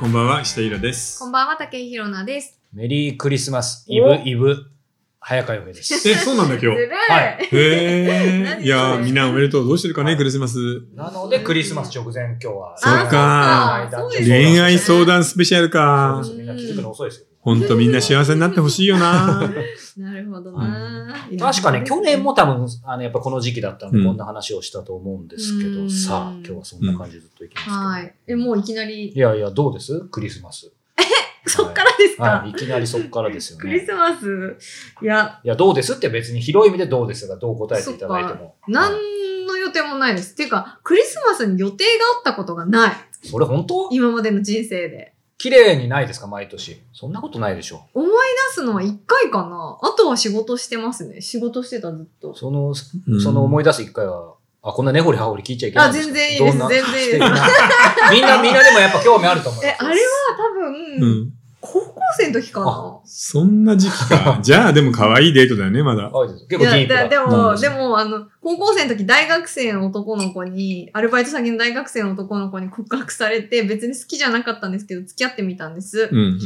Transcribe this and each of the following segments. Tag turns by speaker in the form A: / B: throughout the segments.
A: こんばんは、下ろです。
B: こんばんは、竹井ひろなです。
C: メリークリスマス、イ
B: お
C: ブ、イブ、早川洋 平です。
A: え、そうなんだ、今
B: ずる
A: 日。
B: い、
C: はい
A: へー。
B: 何
A: いやー、みんなおめでとう。どうしてるかね、
C: はい
A: クリスマス。
C: なので、クリスマス直前、今日は。
A: そうか
B: あそうか
C: はい
A: 恋愛相談スペシャル
C: そう
A: か
C: で。すみんな気づくの遅いですよ。
A: ほんとみんな幸せになってほしいよ な。
B: なるほどな、いや
C: 確かね、去年。も多分、あの、やっぱこの時期だったの
A: う
C: で、
A: ん
C: こんな話をしたと思うんですけ
B: うん
C: ど、さあ、今日はそんな感じでずっといきますけど。
B: はい。え、もういきなり
C: い、やいや、どうですクリスマス。
B: そっからですか、
C: はい、いきなりそっからですよ
B: クリ
C: ね
B: ス。マス、いや、
C: いや、どうですって別に広い意味でどうですが、どう答えていただいても。はい
B: 何の予定もないです。っていうか、クリスマスに予定があったことがない。
C: それ本当
B: 今までの人生で。
C: 綺麗にないですか毎年。そんなことないでしょ。
B: 思い出すのは一回かな。あとは仕事してますね。仕事してた、ずっと。
C: その、
A: うん
C: その思い出す一回は、あ、こんな根掘り葉掘り聞いちゃいけない
B: あ、
C: んで
B: 全
C: すか
B: 然いいです。全
C: どんな
B: 然いい です。
C: みんな、みんなでもやっぱ興味あると思いま
B: え、
C: す。
B: あれは多
A: う
B: 分、
A: ん。
B: 高校生の時かな。
A: そんな時期 か。じゃあ、でも可愛いデートだよね、まだ。
C: あ結構
B: い
C: ディー
B: や
C: プ
B: だ
C: だ。
B: で
A: う
B: も、
A: ん
B: でも、あの、高校生の時、大学生の男の子に、アルバイト先の大学生の男の子に告白されて、別に好きじゃなかったんですけど、付き合ってみたんです。
A: うんうん。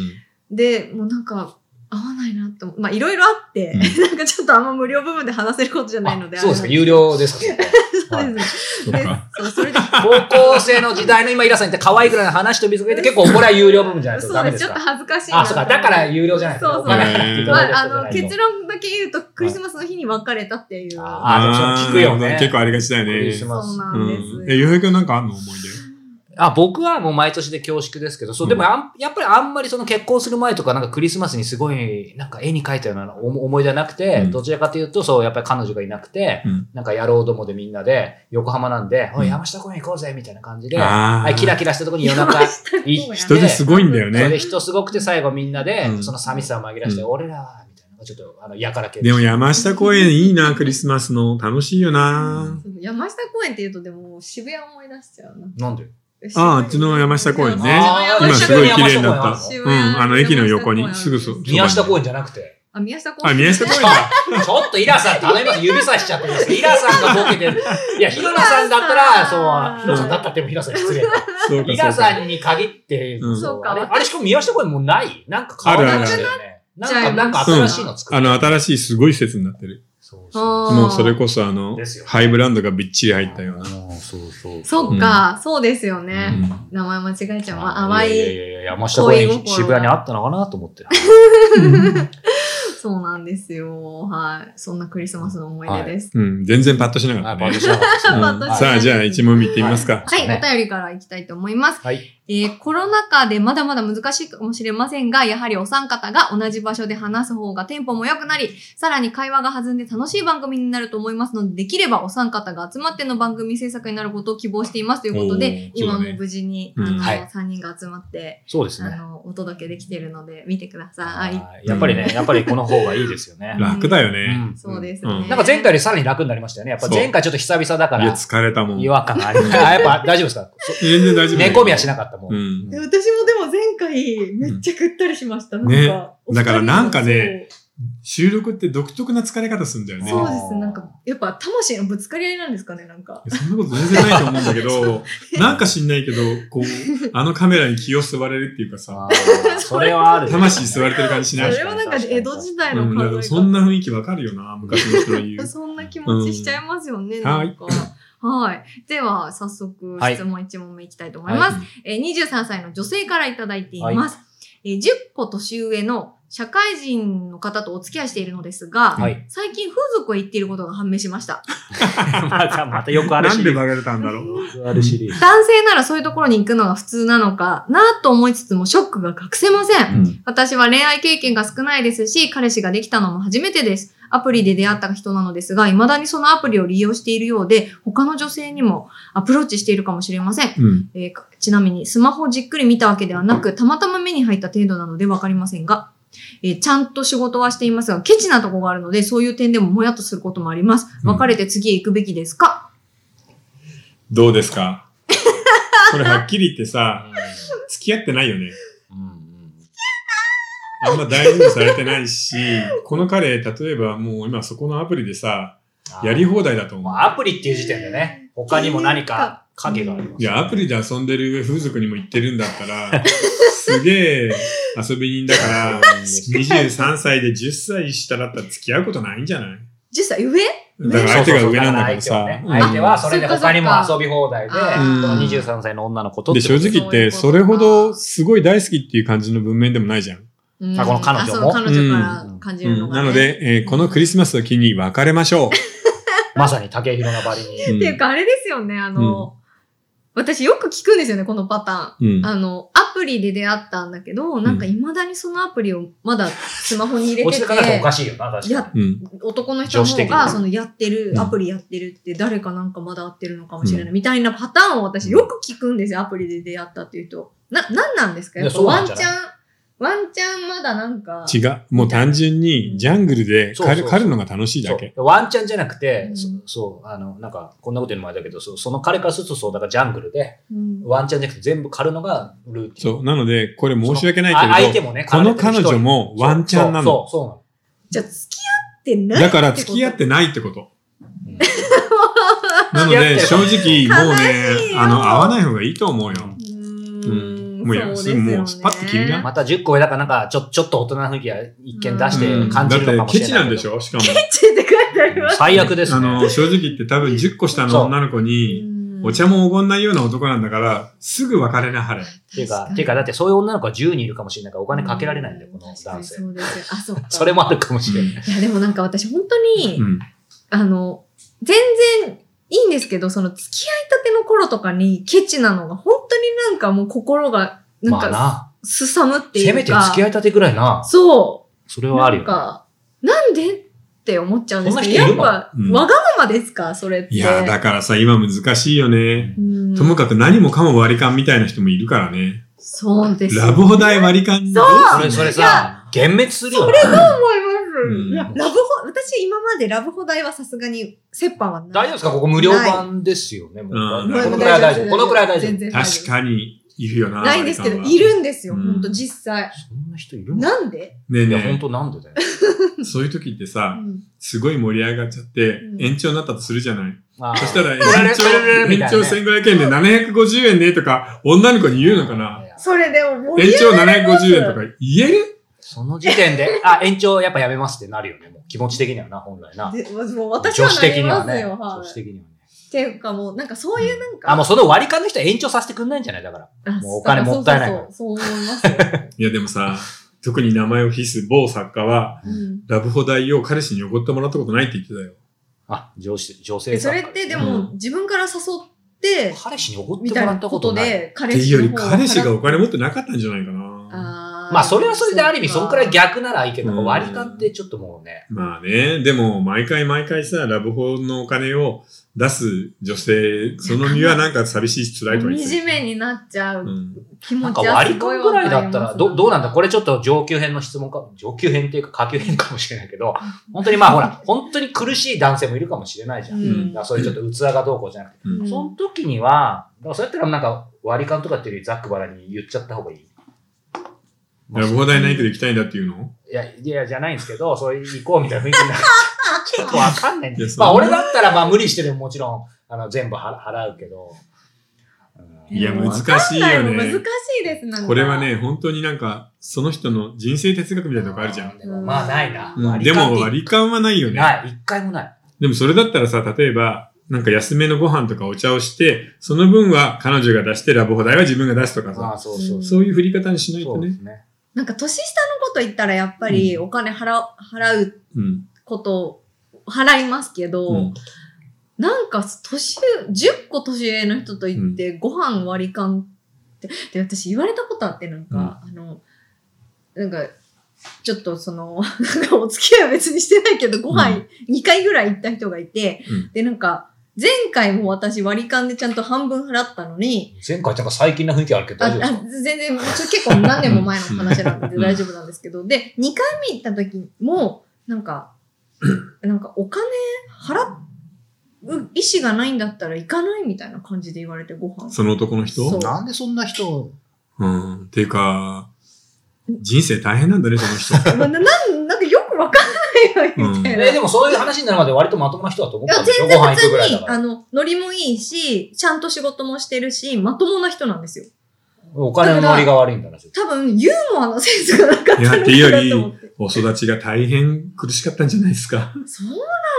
B: で、もうなんか、合わないなって思う。まあ、いろいろあって、
A: うん
B: なんかちょっとあんま無料部分で話せることじゃないので、
C: あそうです
B: あ
C: か、
B: れ
C: 有料ですか、そ
B: な
C: こは
B: ん
C: い
B: です
A: そっ
B: で
A: か。
B: そう、それで、
C: 高校生の時代の今、イラさんに言って可愛いくらいの話と見つけて、結構これは有料部分じゃないと
B: そ
C: ダ
B: う
C: メ
B: で。
C: で
B: ち
C: すす
B: ょっと
C: か。
B: 恥ずかしいな
C: あ、
B: と思
C: そうか、
B: って
C: だから有料じゃないです
B: そ
C: か。
B: うそう
C: お金いた
B: ま
C: だいた
B: あ、あ
C: 人じゃな
B: の、
C: い
B: 結論だけ言うと、クリスマスの日に別れたっていう。
C: あーでもそれ聞くよね
A: あー結構ありがちだよ
C: クリス
A: ね。
C: マ
B: そう
C: ス。
B: なんですよ
A: うん。え、ゆうへくんなんかあんの思い
C: あ、僕はもう毎年で恐縮ですけど、そう、でもあん、やっぱりあんまりその結婚する前とか、なんかクリスマスにすごい、なんか絵に描いたような思思い出はなくて、
A: うん
C: どちらかというと、そう、やっぱり彼女がいなくて、
A: 出。うん。
C: なんか野郎どもでみんなで、横浜なんで、
A: うん
C: おい、山下公園行こうぜ、みたいな感じで、
A: あー
C: はい、キラキラしたところに夜中
B: 山
C: 行っ
B: 下公園
C: て、
A: 人ですごいんだよ
C: それで
A: ね。
C: 人すごくて最後みんなで、
A: うん
C: その寂しさを紛らして、
A: う
C: 俺らは、みたいな、ちょっと、あの、やからけ
A: でも山下公園いいな、クリスマスの。楽しいよな。
B: そう山下公園って言うと、でも、渋谷思い出しちゃうな。
C: なんで
A: ああうちの山下公園ね
B: あー
A: 今すごい綺麗になった。
B: 渋
A: うん。
B: 谷
A: あの駅の横に、すぐそ。
C: 宮下公
A: 園。
C: 園じゃなくて。
B: あ、宮下公園。
A: あ、宮下公園
C: あ
A: だ。
C: ちょっとイラさん頼みます。指さしちゃってます。イラさんがボケてる。いや、ヒロナさんだったら、そう、ヒロさんだったってもヒロさん失礼だ。
A: そう
C: イ
A: か、そ
C: ラ
A: うか。
C: さんに限って、
A: うん
B: そうか
C: あれ、あれしかも宮下公園もうないなんか変わらないんだよね。なん
B: あるあ
C: か、
B: る
C: なんか
A: うん
C: 新しいの作
A: あ
C: る。
A: の、新しいすごい施設になってる。
C: そう
B: あー
A: もうそれこそあの
C: です、よ
A: ハイブランドがびっちり入ったような。
C: うんそうそう。
B: そっか、そうですよね。
A: う
B: 名前間違えちゃう。まあ
C: あ
B: 淡
C: いやい
B: い。
C: やいやいや、山下公園
B: 恋心
C: 渋谷にあったのかなと思って。
B: そうなんですよ。はい。そんなクリスマスの思い出です。
A: んうん。全然パッとしなか
C: あ
A: ったね。
C: しなかったです ね
A: うん
B: パッとしなかった
A: さあ、じゃあ一問見てみますか。
B: はい、
C: ね
B: お便りからいきたいと思います。
C: はい。
B: えー、コロナ禍でまだまだ難しいかもしれませんが、やはりお三方が同じ場所で話す方がテンポも良くなり、さらに会話が弾んで楽しい番組になると思いますので、できればお三方が集まっての番組制作になることを希望していますということで、
A: おーそう
B: 今
A: だね
B: も無事に、
A: うん
B: あの、
C: はい
B: 3人が集まって、
C: そうです
B: あ
C: ね。
B: の、お届けできてるので、見てください。
C: やっぱりね、やっぱりこの方がいいですよ ね。
A: 楽だよ
C: う
A: ね。
C: ん
B: そうです
A: う
B: ね。
A: ん
C: なんか前回よりさらに楽になりましたよね。やっぱ前回ちょっと久々だか
A: いや、
C: ら、
A: 疲れたもん。
C: 違和感がありました。あやっぱ大丈夫ですかそ
A: 全然大丈夫。
C: 寝込みはしなかったもん。
A: う
C: うんん
B: で私もでも前回、めっちゃぐったりしました。
A: ん
B: なん
A: ね
B: かお二人
A: だ
B: の
A: からなんかね収録って独特な疲れ方するんだよね。
B: そうそうです。なんか、やっぱ魂のぶつかり合いなんですかね、なんか。
A: いやそんなこと全然ないと思うんだけど、なんか知んないけど、こう、あのカメラに気を吸われるっていうかさ、
C: あーそれはある。
A: 魂吸われてる感じし
B: そ
A: ない
B: れはなんか江戸時代の
A: うん、だ
B: 考え
A: か
B: 方
A: らそんな雰囲気わかるよな、昔の人の言う。
B: そんな気持ちしちゃいますよね、
A: ん
B: なんか。はい。では、早速、質問1問目いきたいと思います。えー23歳の女性からいただいています。えー10個年上の社会人の方とお付き合いしているのですが、
C: はい。
B: 最近風俗へ行っていることが判明しました。
C: また、またよくある
A: な
C: シ
A: んで
C: リー
A: バカれたんだろう。
C: ズ。よくあるシリーズ。
B: 男性ならそういうところに行くのが普通なのかなぁと思いつつもショックが隠せません。
A: うん
B: 私は恋愛経験が少ないですし、彼氏ができたのも初めてです。アプリで出会った人なのですが、未だにそのアプリを利用しているようで、他の女性にもアプローチしているかもしれません。
A: うん。
B: えーかちなみに、スマホをじっくり見たわけではなく、たまたま目に入った程度なのでわかりませんが、えーちゃんと仕事はしていますが、ケチなとこがあるので、そういう点でももやっとすることもあります。
A: うん
B: 別れて次へ行くべきですか、
A: どうです かこれはっきり言ってさ、付き合ってないよね。
C: うんうん
A: あんま大事にされてないし、この彼、例えばもう今そこのアプリでさ、やり放題だと
C: も
A: 思
C: う
A: う。
C: アプリっていう時点でね、他にも何か影があります。
A: いや、アプリで遊んでる風俗にも行ってるんだったら、すげえ遊び人だから、23歳で10歳したらったら付き合うことないんじゃない
B: 10歳上
A: だから相手が上なんだからさ。
C: そうそうそうだから相手はね相手はそれ
B: そ
C: で
B: っかそっ
C: 他
B: か
C: にも遊び放題で、こ
B: あ
A: ー
C: の23歳の女の子とっ
A: で、
C: てこと
A: 正直言って、それほどすごい大好きっていう感じの文面でもないじゃん。
B: うん
C: あこの彼女も
B: あそう彼女から感じ
A: う
B: るの
A: ん、
B: が、
A: なの、で、えーこのクリスマスを機に別れまし ょ
C: まさに竹広のばりに。
A: う。うん
B: っていうかあれですよね、あの、私よく聞くんですよね、このパターン。
A: うん。
B: あの、アプリで出会ったんだけど、なんか未だにそのアプリをまだスマホに入れ
C: 落
B: て
C: ち
B: て
C: て、からおかしいよな、確かに
B: や。
A: うん。
B: 男の人の
C: 女子的
B: 方
C: に
B: が、そのやってる
A: う、ん
B: アプリやってるって誰かなんかまだ会ってるのかもしれないみたいなパターンを私よく聞くんですよ、アプリで出会ったっていうと。な、なんなんですか
C: いや
B: やっぱ
C: そうな
B: ワ
C: ん
B: ン
C: じ
B: チ
C: ゃ
B: ャン
C: ない、
B: ワンチャンまだなんか、
A: 違う。もう単純に、ジャングルで
C: そうそう
A: 狩
C: そう
A: る狩るのが楽しい
C: そ
A: だ
C: う
A: け。
C: ワンチャンじゃなくて、
B: うん
C: そそう、あの、なんか、こんなこと言うのもあれだけど、そうその彼からするとそう、だからジャングルで、
B: うん
C: ワンチャンじゃなくて全部狩るのがルーティン。
A: そう。なので、これ申し訳な
C: そのあ
A: いけ
C: 相手
A: れど、
C: もね、
A: この
C: 狩
A: 彼
C: られてる人
A: 女もワンチャンなの。
C: そう、そうそ
B: じゃあ付き合ってない
A: だから付き合ってないってこと。
C: うなの。
A: なの
C: やっ
A: で、
C: て
A: 正直、もうね
B: 悲しい、よ
A: あの、会わない方がいいと思う
C: う
A: よ
C: ん。
B: う
A: う
B: ーん。
A: んもういや
B: そ
A: すぐもうスパッと切り
C: うん
A: な
C: また10個上だから、なんか、ちょ、ちょっと大人な雰囲気は一見出し
A: う
C: て
A: ん
C: 感じるの
A: だ
C: か
A: っ
C: も
A: て、ケ
C: しれないけど。
A: チなんでしょしかも。
B: チって書いてあります。
C: 最悪です
A: あ
C: ね。
A: の、正直言って多分10個下の女の子に、お茶
B: も
A: もおごんないような男なんだから、すぐ別れなはれ。
C: っていうか、ていうか、だってそういう女の子は10人いるかもしれないから、お金かけられないんだよ、この男性。
B: そうですよ。あ、そうか。
C: それもあるかもしれない。
B: いや、でもなんか私本当に、
A: うん。
B: あの、全然いいんですけど、その付き合いたての頃とかにケチなのが本当になんかもう心が、なん
C: まあ
B: か
C: な、
B: すさむってい
C: せ
B: うか。
C: めて付き合いたてぐらいな、
B: そ
C: それ
B: う。
C: はあ
B: な
C: るよ
B: ん
C: ね。
B: か、なんでって思っちゃうんですけど、
C: そんな
B: やっ
C: 人いるの
B: ぱ、
A: うん
B: わがままですかそれって。
A: いや、だからさ、今難しいよね。
B: うん
A: ともかく何もかも割り勘みたいな人もいるからね。
B: そうですよ。
A: ラブホ代割り勘
B: そう
C: それ、それさ、幻滅するよね。
A: うん
B: 思います。いやラブホ、私今までラブホ代はさすがに折半はない。
C: 大丈夫ですかここ無料版ですよね。もう
A: うん
C: このくらいは大丈夫。このくらいは大丈夫
B: 全。然大丈
A: 確
B: 夫
A: かに、いるよな。
B: ないんですけど、
A: 割り
B: いるんですよ、
A: うん
B: ほんと、実際。
C: そんな人いるの
B: なんで
A: 勘は。
C: い
A: ね
C: や、
A: え
C: 本
A: ね
C: 当なんでだよ。
A: え、そういう時って
B: う
A: さ、
B: ん
A: すごい盛り上がっちゃって
B: う、ん
A: 延長になったとするじゃない。
C: まあ
A: そ したら延
C: ペラレペラレ
A: 長、
C: み
A: 延
C: たいな
A: 長
C: ね
A: 1500円で750円ねとか、女の子に言うのかない
C: や
B: それでも盛
A: 延
B: り上
A: 長
B: がります
A: 750円とか言える
C: その時点で、 あ、延長やっぱやめますってなるよね。もう気持ち的にはな、本来な。
B: でもう私は
C: 女子
B: な
C: 的
B: り
C: には
B: ます
C: ね。
B: よ、
C: 女
B: は
C: 子
B: い。
C: 的にはね。
B: っていうかもう、なんかそういうなんか。
C: あ、もうその割り勘の人は延長させてくんないんじゃないだから。
B: あ
C: もうお金もったいないから
B: そうそうそうそう思いますよ。
A: いや、でもさ、特に名前を必須某作家は、
B: うん
A: ラブホ代を彼氏に奢ってもらったことないって言ってたよ。
C: あ、女子、女性
B: で
C: さ
B: そ
C: んか
B: れ
C: ら
B: ってで
A: う
B: も、自分から誘って、
C: 彼氏におごって
B: み
C: も
B: たい
C: ら
B: な
C: った
B: こ
C: こととない。
B: で、彼
A: って
B: 氏
A: いうより
B: の方
A: 彼氏がお金持って
B: い。
A: なかったんじゃないかな。
B: ま
C: まあ、それはそれである意味、そんくらい逆ならいいけど、
A: うん
C: 割り勘ってちょっともうね。
A: まあね、でも毎回毎回さ、ラブホのお金を出す女性、その身はなんか寂しいし辛いとは言って
B: 惨めになっちゃ
A: う
B: うん気持
C: なんか
B: ちは
C: 割
B: す
C: り
B: ごいわ
C: 勘ぐ
B: からり
C: い
B: ます
C: だったら、ど、どうなんだこれちょっと上級編の質問か、上級編っていうか下級編かもしれないけど、本当にまあほら、本当に苦しい男性もいるかもしれないじゃん。
B: う
C: だ
B: ん
C: からそれちょっと器がどうこうじゃなくて。
B: うん
C: その時には、だからそうやったらなんか割り勘とかっていうよりざっくばらんに言っちゃった方がいい。
A: ラブホ代ないけど行きたいんだっていうの
C: いや、いや、じゃないんですけど、そういう行こうみたいな雰囲気になる。ちょっとわかんない ん
A: い
C: で
A: や
C: す。
A: そ
C: ま
A: う
C: あ、俺だったら、まあ、無理してでももちろん、あの、全部払払うけど。うん
A: いや、
B: もう
A: 難しいよ
B: 難し
A: ね。
B: いです、なんか。
A: これはね、本当になんか、その人の人生哲学みたいなとこあるじゃん。
C: でもまあ、ないな。
A: うん、でも割り勘はないよ
C: り
A: ね。
C: ない。一回もない。
A: でもそれだったらさ、例えば、なんか安めのご飯とかお茶をして、その分は彼女が出してラブホ代は自分が出すとか
C: ま
A: さ、
C: あ、そうそうそ
A: そういう振り方にしな
C: う。
A: い
C: そ
A: と
C: うで
A: ね。
C: すね。
B: なんか年下のこと言ったらやっぱりお金払う、払う
A: うん。
B: こと、払いますけど、
A: うん
B: なんか年上、10個年上の人と言ってご飯割り勘って、で、私言われたことあってなんか、あの、なんか、ちょっとその、 なんかお付き合いは別にしてないけど、ご
A: う
B: 飯2回ぐらい行った人がいて、
A: うん
B: で、なんか、前回も私割り勘でちゃんと半分払ったのに、
C: 前回、なんか最近な雰囲気あるけど、
B: あ
C: 大丈夫です
B: あ
C: か
B: 全然、もうちょ 結構何年も前の話なんで
A: うん
B: 大丈夫なんですけど、で、2回目行った時も、なん か、なんかお金払う意思がないんだったら行かないみたいな感じで言われてご飯。
A: その男の人
B: そう
C: なんでそんな人、
A: うん。ていうか、人生大変なんだね、その人。
B: なななんなんかよくわかんないよ、みたいな。
C: え、でもそういう話になるまで割とまともな人だと思っ
B: いや、
C: たんです
B: 全
C: よ。
B: 然
C: ご飯
B: 普
C: 行くぐら
B: 通
C: いだ
B: に、
C: か
B: あ
C: ら。
B: の、ノリもいいし、ちゃんと仕事もしてるし、まともな人なんですよ。
C: お金のノリが悪いんだな、ちょっと
B: 多分、ユーモアのセンスがなかった
A: い
B: のか
A: や、
B: な
A: っていうより
B: と思って。、
A: お育ちが大変苦しかったんじゃないですか。
B: そう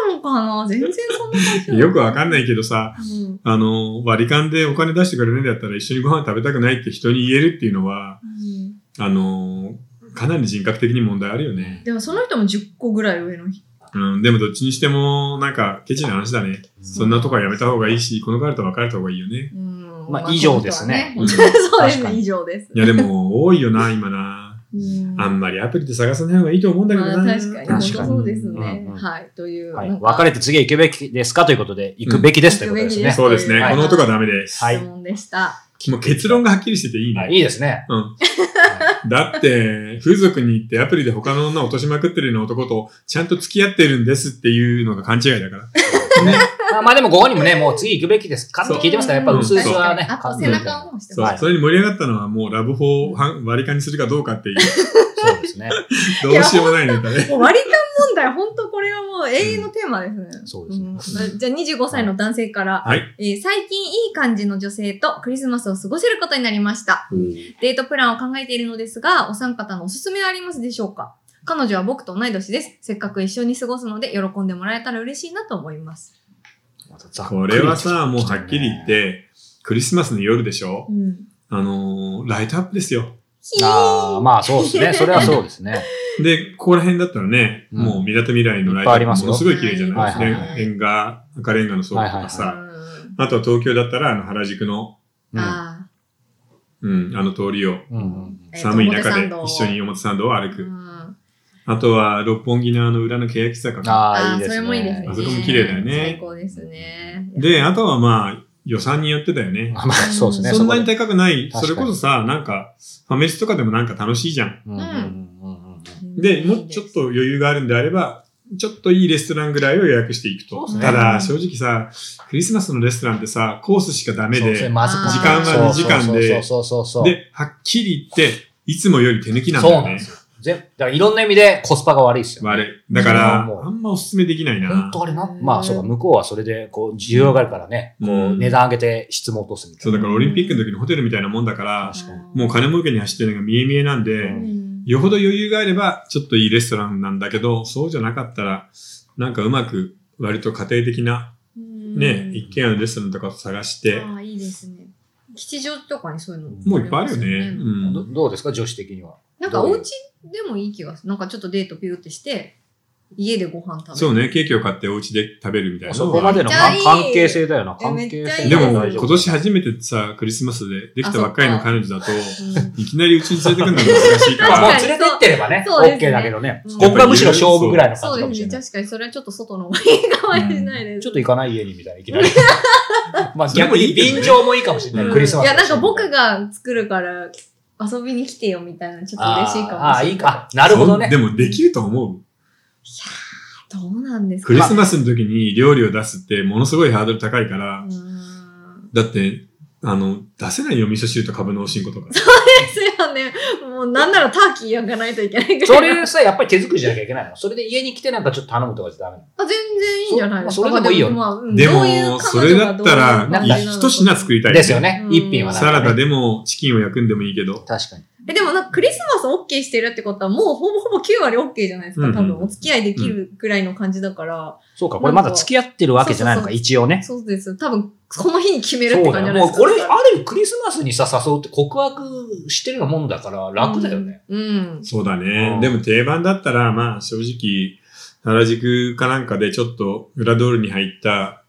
B: なのかな全然そんな感じ。
A: よくわかん
B: い。
A: ないけどさ、
B: うん。
A: あの、割り勘でお金出してくれるんだったら一緒にご飯食べたくないって人に言えるっていうのは、
B: うん
A: あの、かなり人格的に問題あるよね。
B: でもその人も10個ぐらい上の人。
A: うん、でもどっちにしても、なんか、ケチな話だね。そんなとこはやめた方がいいし、この彼と別れた方がいいよね。
B: うん
C: まあ以上ですね
B: まあその人はねそうです
C: 確か
B: ね、
C: に
B: 以上です。
A: いや、で も、多いよな、今な。
B: うん
A: あんまりアプリで探さない方がいいと思うんだけど
B: まあ
A: な。
B: 確かに、本当
C: 確かに
B: そうです
C: う
B: ね
C: んうん。
B: はい、という。
C: はい。
B: なんか
C: 別れて次へ行くべきですかということで、行くべきですということです
B: うん行くべきで
C: ね
B: す。
A: そうですね。
C: はい
A: この男はダメです。
C: はい
B: 質問でした。
A: もう結論がはっきりしてていいね。
C: はいいいですね。
A: うん。だって、風俗に行ってアプリで他の女を落としまくってるような男とちゃんと付き合ってるんですっていうのが勘違いだから。
C: あまあでもご本人もね、もう次行くべきですかって聞いてますから、やっぱ
A: そう
C: 薄々はね。
B: 確かにあと
C: 感
B: 背
C: じる
B: 中を押して
A: そう、
B: ます。
C: はい
A: それに盛り上がったのはもうラブ法をは割り勘にするかどうかっていう、
C: そうですね。
A: どうしようもないネタね。
B: もう割り勘問題、本当これはもう永遠のテーマですね。
C: そうですね
B: んじゃあ25歳の男性から、
A: はい。
B: えー最近いい感じの女性とクリスマスを過ごせることになりました。デートプランを考えているのですが、お三方のおすすめはありますでしょうか彼女は僕と同い年です。せっかく一緒に過ごすので、喜んでもらえたら嬉しいなと思います。
A: これはさ、もうはっきり言っ。て、クリスマスの夜でしょ
B: うん。
A: あのーライトアップですよ。
B: ひー
C: ああ、まあそうですね。それはそうですね。
A: で、ここら辺だったらね、
C: うん
A: もうみなとみらいのライ
C: いっ
A: ト
C: ぱい
A: ア
C: ありま
A: ッ
C: す
A: プ
C: よ
A: ものすごい綺麗じゃない
C: はい
A: レ
C: はいはい
A: ンレンガ、赤レンガの倉庫とか
C: は
A: さ、あとは東京だったらあの原宿の、
B: うん、あ
A: うん、あの通りを
C: うんうん
B: ー
A: 寒い中
B: え
A: で
B: っと表参道
A: 一緒に表参道を歩
B: う
A: く。
B: ん
A: あとは六本木のあの裏の欅坂か。
C: ああ、い
B: あ
C: い
B: ー
C: ですね。
B: それもいいですね。
A: あそこも綺麗だよね
B: 最高ですね。
A: で、あとはまあ予算によってだよね。
C: あまあそうですね。
A: そんな
C: こ
A: に
C: で
A: 高くない。
C: 確か
A: そ
C: に
A: れこそさ、なんかファミレスとかでもなんか楽しいじゃん。
C: うんうんうんうんうん
A: で、もうちょっと余裕があるんであれば、ちょっといいレストランぐらいを予約していくと。
C: そうで
A: た
C: すね
A: だ、正直さ、クリスマスのレストランってさ、コースしかダメ
C: そうですね
A: で、
C: まずく
B: 時間は
A: 2時間で
C: そうそうそうそうそう。
A: で、はっきり言って、いつもより手抜きなんだ
C: そう
A: よ
C: なん
A: ね
C: で。すよ。全だからいろんな意味でコスパが悪いですよ。
A: 悪い。だから、
C: もう
A: あんまおすすめできない
C: 本
A: な。
C: 当あれな
B: う。ん
C: まあそうか、向こうはそれで、こう、需要があるからね、こ
A: う
C: う、
A: ん
C: 値段上げて質も落とすみた
A: そ、
C: いうな。
A: だからオリンピックの時のホテルみたいなもんだから、もう金儲けに走ってるのが見え見えなんで、
C: うん
B: うん
A: よほど余裕があれば、ちょっといいレストランなんだけど、そうじゃなかったら、なんかうまく、割と家庭的な、ね、一軒家のレストランとかを探して、
B: ああ、いいですね。吉祥寺とかにそういうの。
A: もういっぱいあるよね。う
C: ど
A: ん。
C: どうですか、女子的には。
B: なんかお家でもいい気がする。なんかちょっとデートピューってして、家でご飯食べる。
A: そうね、ケーキを買ってお家で食べるみたいなの
C: そ
A: は。
C: こまでの
B: めっちゃ
C: 関
B: いい
C: 関係性だよな、
B: え
C: 関
B: めっち
C: 係
B: ゃい
C: 性
B: い
A: で
C: は
A: も、
C: 大丈夫
A: 今年初めてさ、クリスマスでできたばっかりの彼女だと、
B: うん。
A: いきなりうちに連れてくるのが難しいか
C: まあ、もう
A: ら
B: 確、
C: 連れて行ってればね、
B: そうですね
C: OK だけどね
B: うん。
C: ここがむしろ勝負ぐらいの感
B: そ
C: じか
B: うで
C: もし
B: す
C: れ
B: ね。
C: ない。
B: 確かにそれはちょっと外の方がいいかもしれないです。
C: ちょっと行かない家にみたいな、いきなり。 まあ
A: それ
C: 逆
A: もい
C: に
A: いけどね
C: 便乗もいいかもしれ
A: う
C: なんい、クリスマス
B: い
C: だ
B: や、
C: し。
B: なんか僕が作るから遊びに来てよみたいな、ちょっと嬉しいかもしれない。
C: あーあー、いいか。あなるほどね。
A: でもできると思う。
B: どうなんですか
A: クリスマスの時に料理を出すってものすごいハードル高いから、
B: うーん
A: だって、あの、出せないよ、味噌汁とかぶのおしんことか。
B: ですよね。もうなんならターキー焼かないといけないぐ
C: そ
B: らいの。
C: れさ、やっぱり手作りじゃなきゃいけないの。それで家に来てなんかちょっと頼むとかじゃダメなの。
B: あ全然いいんじゃないですか。
C: まあそれでもいいよ
B: まあうん
A: で
B: どういう
A: も、
B: 彼
A: それ
B: 女
A: だっ
B: がどうい
A: た
B: う
A: ら
B: 感、じなのか
A: 一品作りたい。
C: ですよ。ね。
B: うん
C: 一品はなん
A: サ
C: かね
A: ラダでもチキンを焼くんでもいいけど。
C: 確かに。
B: え、でもなんかクリスマス OK してるってことは、もうほぼほぼ9割 OK じゃないですか。
A: うんうん
B: 多分、お付き合いできるくらいの感じだから。
C: そうか、これまだ付き合ってるわけじゃないのか、
B: そうそう
C: 一応ね。
B: そうです。多分、この日に決めるって
C: そう
B: 感じ
C: だ
B: じゃない
C: よ。も
B: です
C: う
B: か。
C: これ、ある意味クリスマスにさ、誘うって告白してるようなもんだから楽だよね。
B: うん。うん。
A: そうだ
C: う
A: ね
C: ん。
A: でも定番だったら、まあ正直、原宿かなんかでちょっと裏通りに入った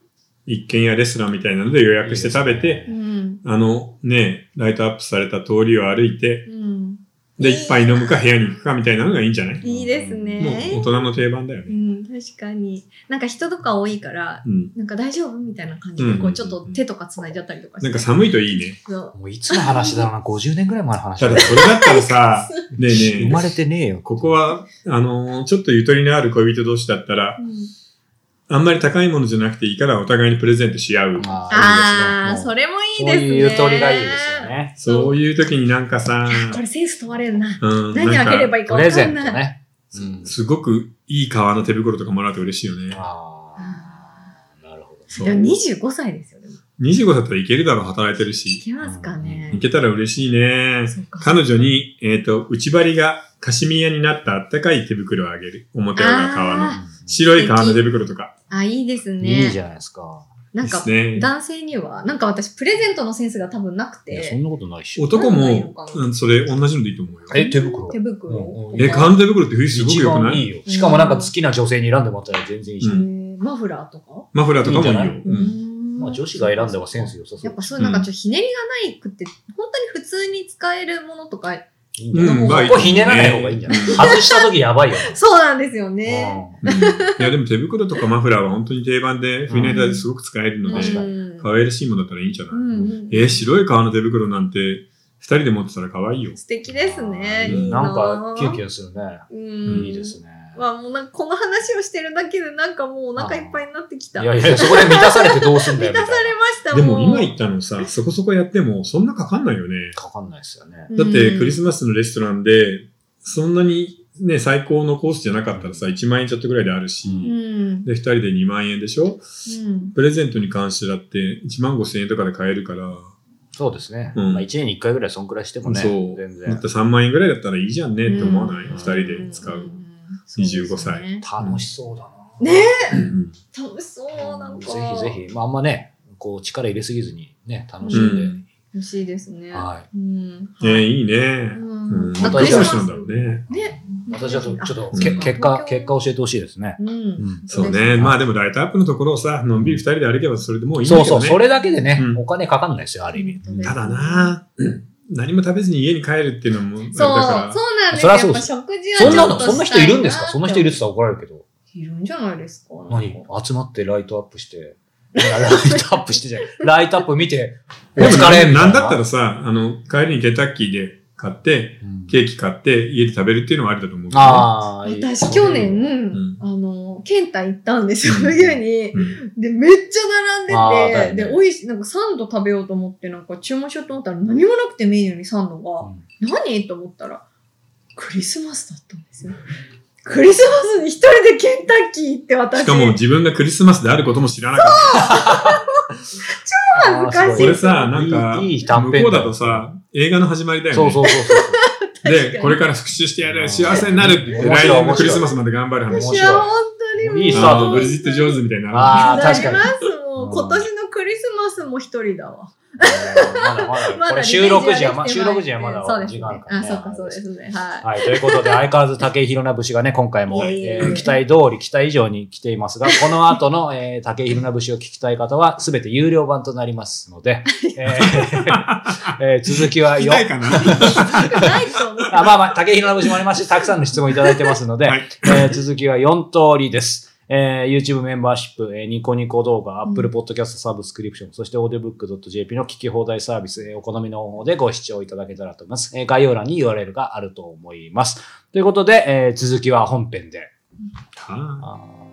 A: 一軒家レストランみたいなので予約して食べ
C: いいです
A: て、
C: ね
B: うん。
A: あのね、ライトアップされた通りを歩いて、
B: うん。
A: で、
B: いい
A: 一杯飲むか部屋に行くかみたいなのがいいんじゃない
B: いいです
A: もう大
B: ね。
A: 人の定番だよ
B: う
A: ね。
B: ん、確かに。なんか人とか多いから、
A: うん。
B: なんか大丈夫みたいな感じ
A: うん
B: で、
A: うんうん
B: こうちょっと手とか繋いじゃったりとかして。
A: なんか寒いといいね。
B: そう
C: もういつの話だろうな、50年ぐらい前の話
A: た
C: だ
A: だそれだったらさ、ねえ
C: 生
A: ね
C: ま
A: え、
C: れてねえよ。
A: ここは、あのーちょっとゆとりのある恋人同士だったら、
B: うん
A: あんまり高いものじゃなくていいからお互いにプレゼントし合う。
B: ああ、
C: れ
B: それもいい
C: そう
B: ですね。
C: いうゆとりがいいですよ。ね。
A: そういう時になんかさ、
B: これセンス問われるな。
A: うん、
B: 何
A: なん
B: あ
A: か
B: げればいいか
C: プ
B: わ
C: レ
B: か
C: ゼ
B: ん
C: ント
B: ない。
C: ね。うん
A: すごくいい革の手袋とかもらうと嬉しいよね。
C: ああ、なるほど。
A: そう
B: でも25歳ですよ、でも。
A: 25歳だったらいけるだろう、働いてる
B: い
A: し。
B: けますかね
A: い。けたら嬉しいね。
B: そうか
A: 彼女に、えっ、と、内張りがカシミヤになったあったかい手袋をあげる。表裏革の。
B: あ
A: 白い革の手袋とか。
B: あ、いいですね。
C: いいじゃないですか。
B: なん
A: で
B: か
A: す、ね。
B: 男性には、なんか私、プレゼントのセンスが多分なく
C: いや、そん
B: て、
C: なことないっしょ。
A: 男
B: なんないの
A: も
B: か、な
A: うん、それ同じのでいいと思うよ。
C: え手袋
B: 手袋
C: うんう。ん
A: え、革の手袋って冬すごく
C: 一
A: 良くな
C: 番い
A: い
C: いよ。しかもなんか好きな女性に選んでもらったら全然いいし。
A: う
B: え
A: ん
B: ーマフラーとか
A: マフラーとかもいいよ。
C: いいんじ
A: うん
C: まあ女子が選んだ方がセンス
B: よ。
C: 良さそ
B: やっ
C: う
B: ぱ。そういうなんかちょっとひねりがないくって、本当に普通に使えるものとか、
C: いいんじゃない
B: うんまあいい
C: ここひねらない方がいいんじゃない
A: うん
C: 外した時やばいよね。
B: そうなんですよね。
C: うん
A: うんいや、でも手袋とかマフラーは本当に定番で、冬の間ですごく使えるの
B: うん
A: で、
C: 確か
A: 可愛らしいものだったらいいんじゃない、
B: うんうん
A: えー白い革の手袋なんて、二人で持ってたら可愛いよ。
B: 素敵ですね。
A: うん
B: いい
C: なん
B: ぁ
C: か、キュンキュンするね。
B: うん
C: いいですね。
B: まあもうなんかこの話をしてるだけでなんかもうお腹いっぱいになってき
C: い
B: た。
C: やいや、そこで満たされてどうすんだよ。
B: 満
C: み
B: た
C: たい
B: され
C: な
B: ました
A: でも
B: もう
A: 今言ったのさ、そこそこやってもそんなかかんないよね。
C: かかんないですよね。
A: だってクリス
B: マ
A: マスのレストランで、そんなにね、最高のコースじゃなかったらさ、1万円ちょっとぐらいであるし、
B: うん。
A: で、二人で2万円でしょ
B: うん
A: プレゼントに関してだって1万5千円とかで買えるから、
C: そうですね。
A: うん
C: まあ一年に一回ぐらいそんくらいしてもね。
A: そう。
C: 全
A: だっ
C: 然
A: て。3万円ぐらいだったらいいじゃんねって思わない、
C: うん
A: 二人で使う。25歳
B: ね
C: 楽しそうだな。
B: ね
A: うん
B: 楽しそうなんか。
C: ぜひぜひ、まああんまね、こう力入れすぎずにね、楽しんで。
A: うん
B: 欲しいですね。。
C: は
B: う
C: い
B: ん。
A: えーいいね。うん。
B: なん
A: ど
B: か
A: う
C: 私は
A: したんだろうね。
B: ね。
C: 私はちょちょっと、
A: う
C: け
A: ん
C: 結果、結果教えてほしいですね。
B: うん。
C: うん
A: そう
B: です
A: ね。まあでもライトアップのところをさ、のんびり二人で歩けばそれでもういいんだ
C: そう
A: け
C: そ
A: ど
C: う、
A: ね。
C: それだけでね、
A: うん
C: お金かかんないですよ、ある意味。
B: 本当です
A: ただな、うん何も食べずに家に帰るっていうのもあれだ
B: そう、そう
A: から。
B: なんです
C: そ
B: よ。やっ
C: りゃそう
B: ぱ
C: です
B: 食事
C: そ
B: は
C: ん
B: ち
C: な
B: ょっ
C: の、
B: とした
C: そんな人いるんですか
B: な
C: そんな人いるって言ったら怒られるけど。
B: いるんじゃないですか。
C: 何集まってライトアップして。いやライトアップしてじゃない。ライトアップ見て、お疲れみた
A: で
C: い
A: も
C: な。
A: なんだったらさ、あの、帰りにケタッキーで買って、
C: うん
A: ケーキ買って家で食べるっていうのもありだと思うけどね。
C: ああ、いい
B: 私、去年、
A: ん
B: あの、ケンタ行ったんですよ、
A: うん
B: 冬に。
A: うん
B: で、めっちゃ
C: あーだ
B: 並
C: よ
B: ん
C: ね
B: でて、で、おいし、なんかサンド食べようと思って、なんか注文しようと思ったら何もなくてメニューにサンドが、
C: うん
B: 何と思ったら、クリスマスだったんですよ。クリスマスに一人でケンタッキー行って私。
A: しかも自分がクリスマスであることも知らなかった。
B: 恥ずかしい
C: あー
A: これさ、なんか、
C: いいいい短編だ
A: 向こうだとさ、映画の始まりだよね。
C: そうそうそうそう。
B: 確か
A: で、
B: に
A: これから復習してやる、幸せになるって言って、
C: 面
A: 来
C: 白
A: 年
C: い
A: のクリスマスまで頑張る
C: 面
A: 話。
C: 白
B: いや、本当に
C: いいスター
A: あ
C: ト
A: のブリジット・ジョーンズみたいな。
C: ああ、
B: あ
C: 確かに。
B: も
C: う
B: うん今年のクリスマスも一人だわ。
C: まだ まだ、これ収録時は、ま、収録時はまだ
B: そうです
C: 時
B: ね
C: 間ある。から、
B: あ、
C: ね。
B: そうか、そうですね。はい。
C: はい、ということで、相変わらず竹井宏な節がね、今回も、
B: いえいえ
C: えー期待通り、期待以上に来ていますが、この後の、えー、竹井宏な節を聞きたい方は、すべて有料版となりますので、え ーえー続きは
A: 聞き
C: よ
A: た、いかな
B: ないと思う。
C: あまあまあ、竹ひろの節もありますし、たくさんの質問いただいてますので、
A: はい
C: えー続きは4通りです。えー YouTube メンバーシップ、えーニコニコ動画、
B: うん
C: Apple Podcast サブスクリプション、そして audiobook.jp の聞き放題サービス、えーお好みの方でご視聴いただけたらと思います。えー概要欄に URL があると思います。ということで、えー続きは本編で。
A: は
C: あー